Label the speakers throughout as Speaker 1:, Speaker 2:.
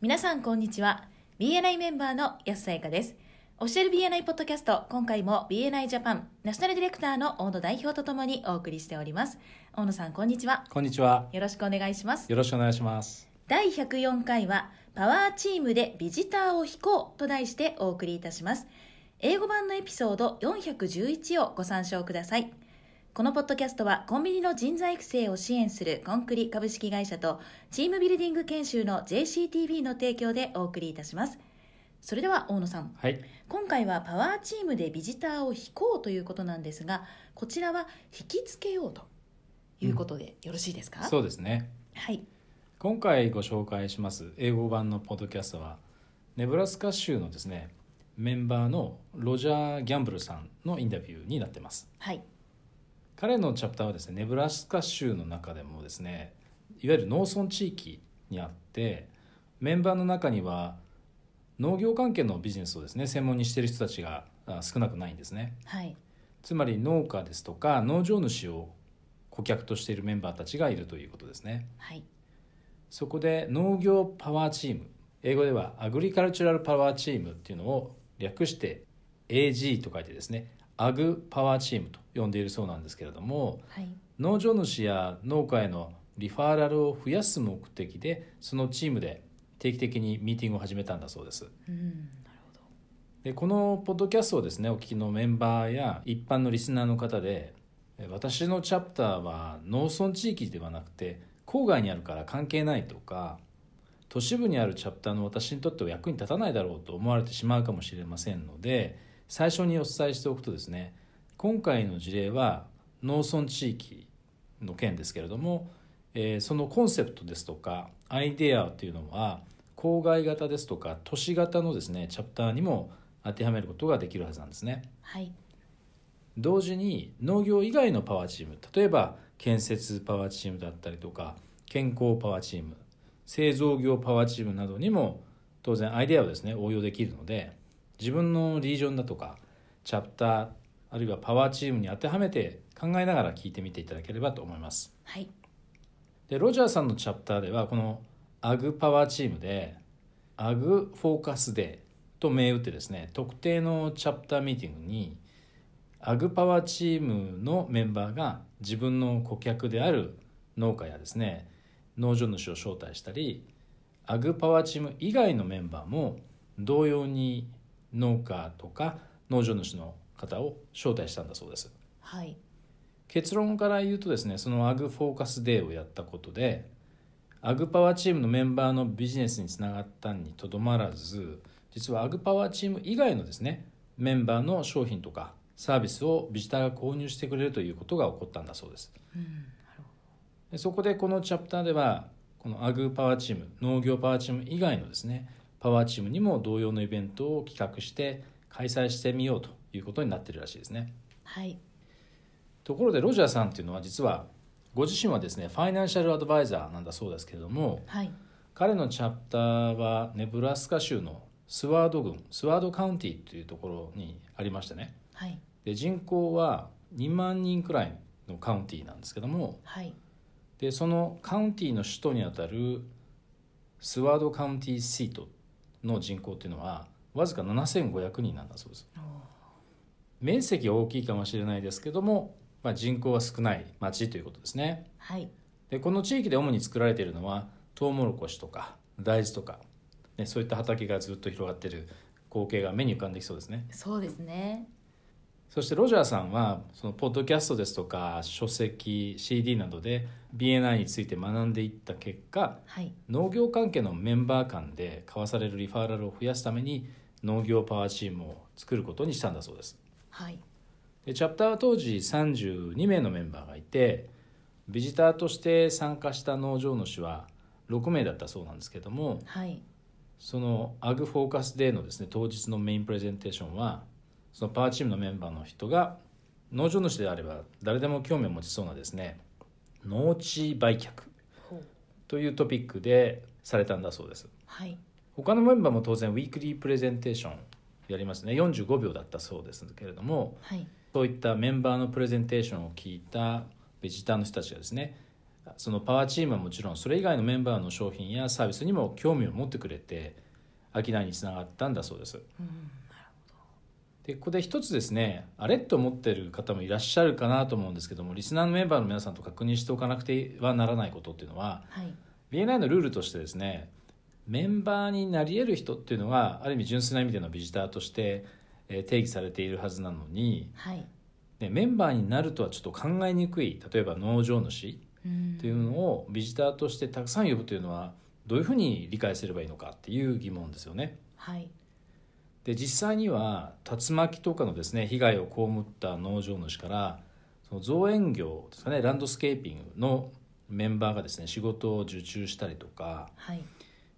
Speaker 1: 皆さんこんにちは BNI メンバーの安さゆかです教える BNI ポッドキャスト今回も BNI ジャパンナショナルディレクターの大野代表とともにお送りしております大野さんこんにちは
Speaker 2: こんにちは。
Speaker 1: よろしくお願いします
Speaker 2: よろしくお願いします。
Speaker 1: 第104回は「パワーチームでビジターを引こう」と題してお送りいたします英語版のエピソード411をご参照くださいこのポッドキャストはコンビニの人材育成を支援するコンクリ株式会社とチームビルディング研修の JCTV の提供でお送りいたしますそれでは大野さん
Speaker 2: はい。
Speaker 1: 今回はパワーチームでビジターを引こうということなんですがこちらは引きつけようということでよろしいですか、
Speaker 2: そうですね。
Speaker 1: はい
Speaker 2: 今回ご紹介します英語版のポッドキャストは、ネブラスカ州のですね、メンバーのロジャー・ギャンブルさんのインタビューになってます。
Speaker 1: はい
Speaker 2: 彼のチャプターはですね、ネブラスカ州の中でもですね、いわゆる農村地域にあって、メンバーの中には農業関係のビジネスをですね、専門にしている人たちがあ少なくないんですね。
Speaker 1: はい
Speaker 2: つまり農家ですとか農場主を顧客としているメンバーたちがいるということですね
Speaker 1: はい
Speaker 2: そこで農業パワーチーム英語ではアグリカルチュラルパワーチームっていうのを略して AG と書いてですねアグパワーチームと呼んでいるそうなんですけれども
Speaker 1: はい
Speaker 2: 農場主や農家へのリファーラルを増やす目的でそのチームで定期的にミーティングを始めたんだそうです
Speaker 1: うんなるほど
Speaker 2: でこのポッドキャストをですねお聞きのメンバーや一般のリスナーの方でえ私のチャプターは農村地域ではなくて郊外にあるから関係ないとか都市部にあるチャプターの私にとっては役に立たないだろうと思われてしまうかもしれませんので最初にお伝えしておくとですね今回の事例は農村地域の件ですけれども、えーそのコンセプトですとかアイデアというのは郊外型ですとか都市型のですねチャプターにも当てはめることができるはずなんですね。
Speaker 1: はい
Speaker 2: 同時に農業以外のパワーチーム例えば建設パワーチームだったりとか健康パワーチーム製造業パワーチームなどにも当然アイデアをですね応用できるので自分のリージョンだとかチャプターあるいはパワーチームに当てはめて考えながら聞いてみていただければと思います。
Speaker 1: はい
Speaker 2: でロジャーさんのチャプターではこのアグパワーチームでアグフォーカスデーと銘打ってですね特定のチャプターミーティングにアグパワーチームのメンバーが自分の顧客である農家やですね農場主を招待したりアグパワーチーム以外のメンバーも同様に農家とか農場主の方を招待したんだそうです。
Speaker 1: はい
Speaker 2: 結論から言うとですねそのアグフォーカスデーをやったことでアグパワーチームのメンバーのビジネスにつながったにとどまらず実はアグパワーチーム以外のですねメンバーの商品とかサービスをビジターが購入してくれるということが起こったんだそうです
Speaker 1: うん
Speaker 2: でそこでこのチャプターではこのアグパワーチーム農業パワーチーム以外のですねパワーチームにも同様のイベントを企画して開催してみようということになってるらしいですね
Speaker 1: はい
Speaker 2: ところでロジャーさんっていうのは実はご自身はですねファイナンシャルアドバイザーなんだそうですけれども
Speaker 1: はい
Speaker 2: 彼のチャプターはネブラスカ州のスワード郡スワードカウンティというところにありましてね
Speaker 1: はい
Speaker 2: で人口は2万人くらいのカウンティなんですけども
Speaker 1: はい
Speaker 2: でそのカウンティの首都にあたるスワードカウンティシートの人口っていうのはわずか7500人なんだそうです
Speaker 1: おー
Speaker 2: 面積は大きいかもしれないですけども、まあ、人口は少ない町ということですね
Speaker 1: はい
Speaker 2: でこの地域で主に作られているのはトウモロコシとか大豆とか、ね、そういった畑がずっと広がっている光景が目に浮かんできそうですね
Speaker 1: そうですね
Speaker 2: そしてロジャーさんはそのポッドキャストですとか書籍 CD などで BNI について学んでいった結果
Speaker 1: はい
Speaker 2: 農業関係のメンバー間で交わされるリファーラルを増やすために農業パワーチームを作ることにしたんだそうです
Speaker 1: はい
Speaker 2: でチャプターは当時32名のメンバーがいてビジターとして参加した農場主は6名だったそうなんですけども
Speaker 1: はい
Speaker 2: そのアグフォーカスデーのですね当日のメインプレゼンテーションはそのパワーチームのメンバーの人が農場主であれば誰でも興味を持ちそうなですね農地売却
Speaker 1: ほう
Speaker 2: というトピックでされたんだそうです
Speaker 1: はい
Speaker 2: 他のメンバーも当然ウィークリープレゼンテーションやりますね45秒だったそうですけれども
Speaker 1: はい
Speaker 2: そういったメンバーのプレゼンテーションを聞いたベジターの人たちがですねそのパワーチームはもちろんそれ以外のメンバーの商品やサービスにも興味を持ってくれて商いにつながったんだそうです。
Speaker 1: うん
Speaker 2: でここで一つですねあれと思ってる方もいらっしゃるかなと思うんですけどもリスナーのメンバーの皆さんと確認しておかなくてはならないことっていうのは
Speaker 1: はい
Speaker 2: BNI のルールとしてですねメンバーになり得る人っていうのはある意味純粋な意味でのビジターとしてえー定義されているはずなのに、
Speaker 1: はい
Speaker 2: ね、メンバーになるとはちょっと考えにくい例えば農場主
Speaker 1: うん
Speaker 2: っていうのをビジターとしてたくさん呼ぶというのはどういうふうに理解すればいいのかっていう疑問ですよね。
Speaker 1: はい
Speaker 2: で実際には竜巻とかのですね被害を被った農場主からその造園業ですかねランドスケーピングのメンバーがですね仕事を受注したりとか、
Speaker 1: はい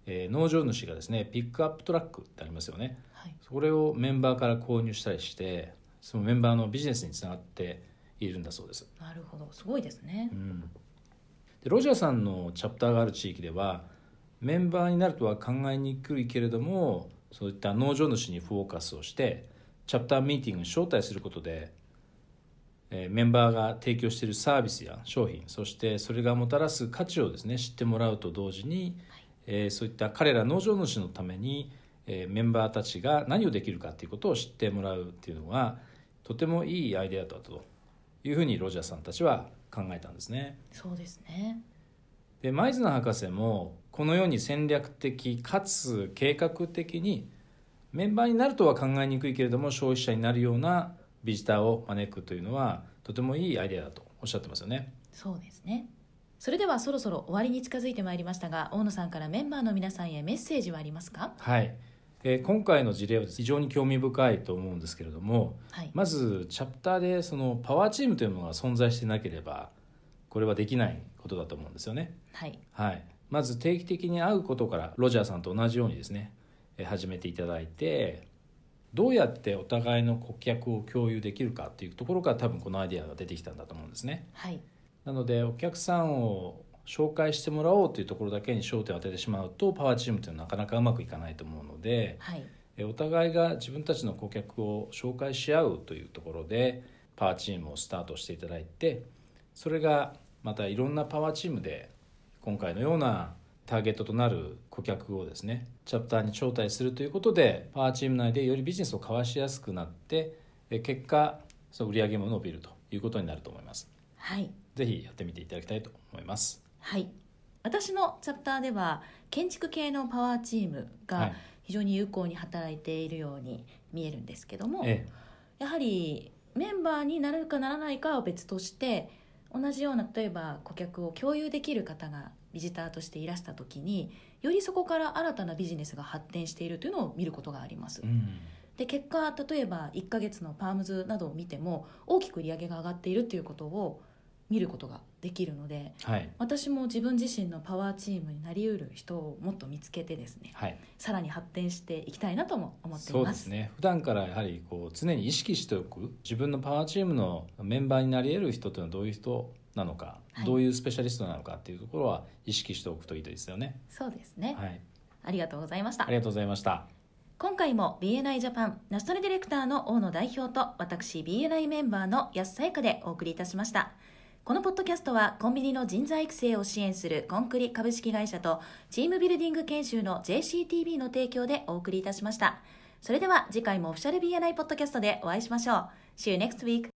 Speaker 2: えー農場主がですねピックアップトラックってありますよね
Speaker 1: はい
Speaker 2: それをメンバーから購入したりしてそのメンバーのビジネスにつながっているんだそうです。
Speaker 1: なるほどすごいですね
Speaker 2: うんでロジャーさんのチャプターがある地域ではメンバーになるとは考えにくいけれどもそういった農場主にフォーカスをしてチャプターミーティングに招待することで、えーメンバーが提供しているサービスや商品そしてそれがもたらす価値をですね知ってもらうと同時に、えーそういった彼ら農場主のために、えーメンバーたちが何をできるかっていうことを知ってもらうっていうのはとてもいいアイデアだというふうにロジャーさんたちは考えたんですね。
Speaker 1: そうですね
Speaker 2: で舞鶴博士もこのように戦略的かつ計画的にメンバーになるとは考えにくいけれども消費者になるようなビジターを招くというのはとてもいいアイデアだとおっしゃってますよね。
Speaker 1: そうですねそれではそろそろ終わりに近づいてまいりましたが大野さんからメンバーの皆さんへメッセージはありますか
Speaker 2: はい、えー今回の事例は非常に興味深いと思うんですけれども
Speaker 1: はい、
Speaker 2: まずチャプターでそのパワーチームというものが存在してなければこれはできないことだと思うんですよね。
Speaker 1: はい、
Speaker 2: はい、まず定期的に会うことからロジャーさんと同じようにですねえー始めていただいてどうやってお互いの顧客を共有できるかっていうところから多分このアイデアが出てきたんだと思うんですね。
Speaker 1: はい、
Speaker 2: なのでお客さんを紹介してもらおうというところだけに焦点を当ててしまうとパワーチームというのはなかなかうまくいかないと思うので
Speaker 1: はい、
Speaker 2: えーお互いが自分たちの顧客を紹介し合うというところでパワーチームをスタートしていただいてそれがまたいろんなパワーチームで今回のようなターゲットとなる顧客をですねチャプターに招待するということでパワーチーム内でよりビジネスを交わしやすくなってえー結果その売り上げも伸びるということになると思います。
Speaker 1: はい、
Speaker 2: ぜひやってみていただきたいと思います。
Speaker 1: はい。私のチャプターでは建築系のパワーチーム
Speaker 2: は
Speaker 1: が
Speaker 2: い
Speaker 1: 非常に有効に働いているように見えるんですけども、
Speaker 2: ええ
Speaker 1: やはりメンバーになるかならないかは別として同じような例えば顧客を共有できる方がビジターとしていらした時によりそこから新たなビジネスが発展しているというのを見ることがあります。
Speaker 2: うん
Speaker 1: で結果例えば1ヶ月のパームズなどを見ても大きく売り上げが上がっているっていうことを見ることができるので
Speaker 2: はい
Speaker 1: 私も自分自身のパワーチームになりうる人をもっと見つけてですね
Speaker 2: はい
Speaker 1: さらに発展していきたいなとも思ってい
Speaker 2: そう
Speaker 1: ま
Speaker 2: ですすね普段からやはりこう常に意識しておく自分のパワーチームのメンバーになり得る人というのはどういう人なのか、
Speaker 1: はい
Speaker 2: どういうスペシャリストなのかっていうところは意識しておくといいですよね。
Speaker 1: そうですね、
Speaker 2: はい、
Speaker 1: ありがとうございました
Speaker 2: ありがとうございました。
Speaker 1: 今回も BNI ジャパンナショナルディレクターの大野代表と私 BNI メンバーの安さゆかでお送りいたしましたこのポッドキャストはコンビニの人材育成を支援するコンクリ株式会社とチームビルディング研修の JCTB の提供でお送りいたしましたそれでは次回もオフィシャル BNI ポッドキャストでお会いしましょう See you next week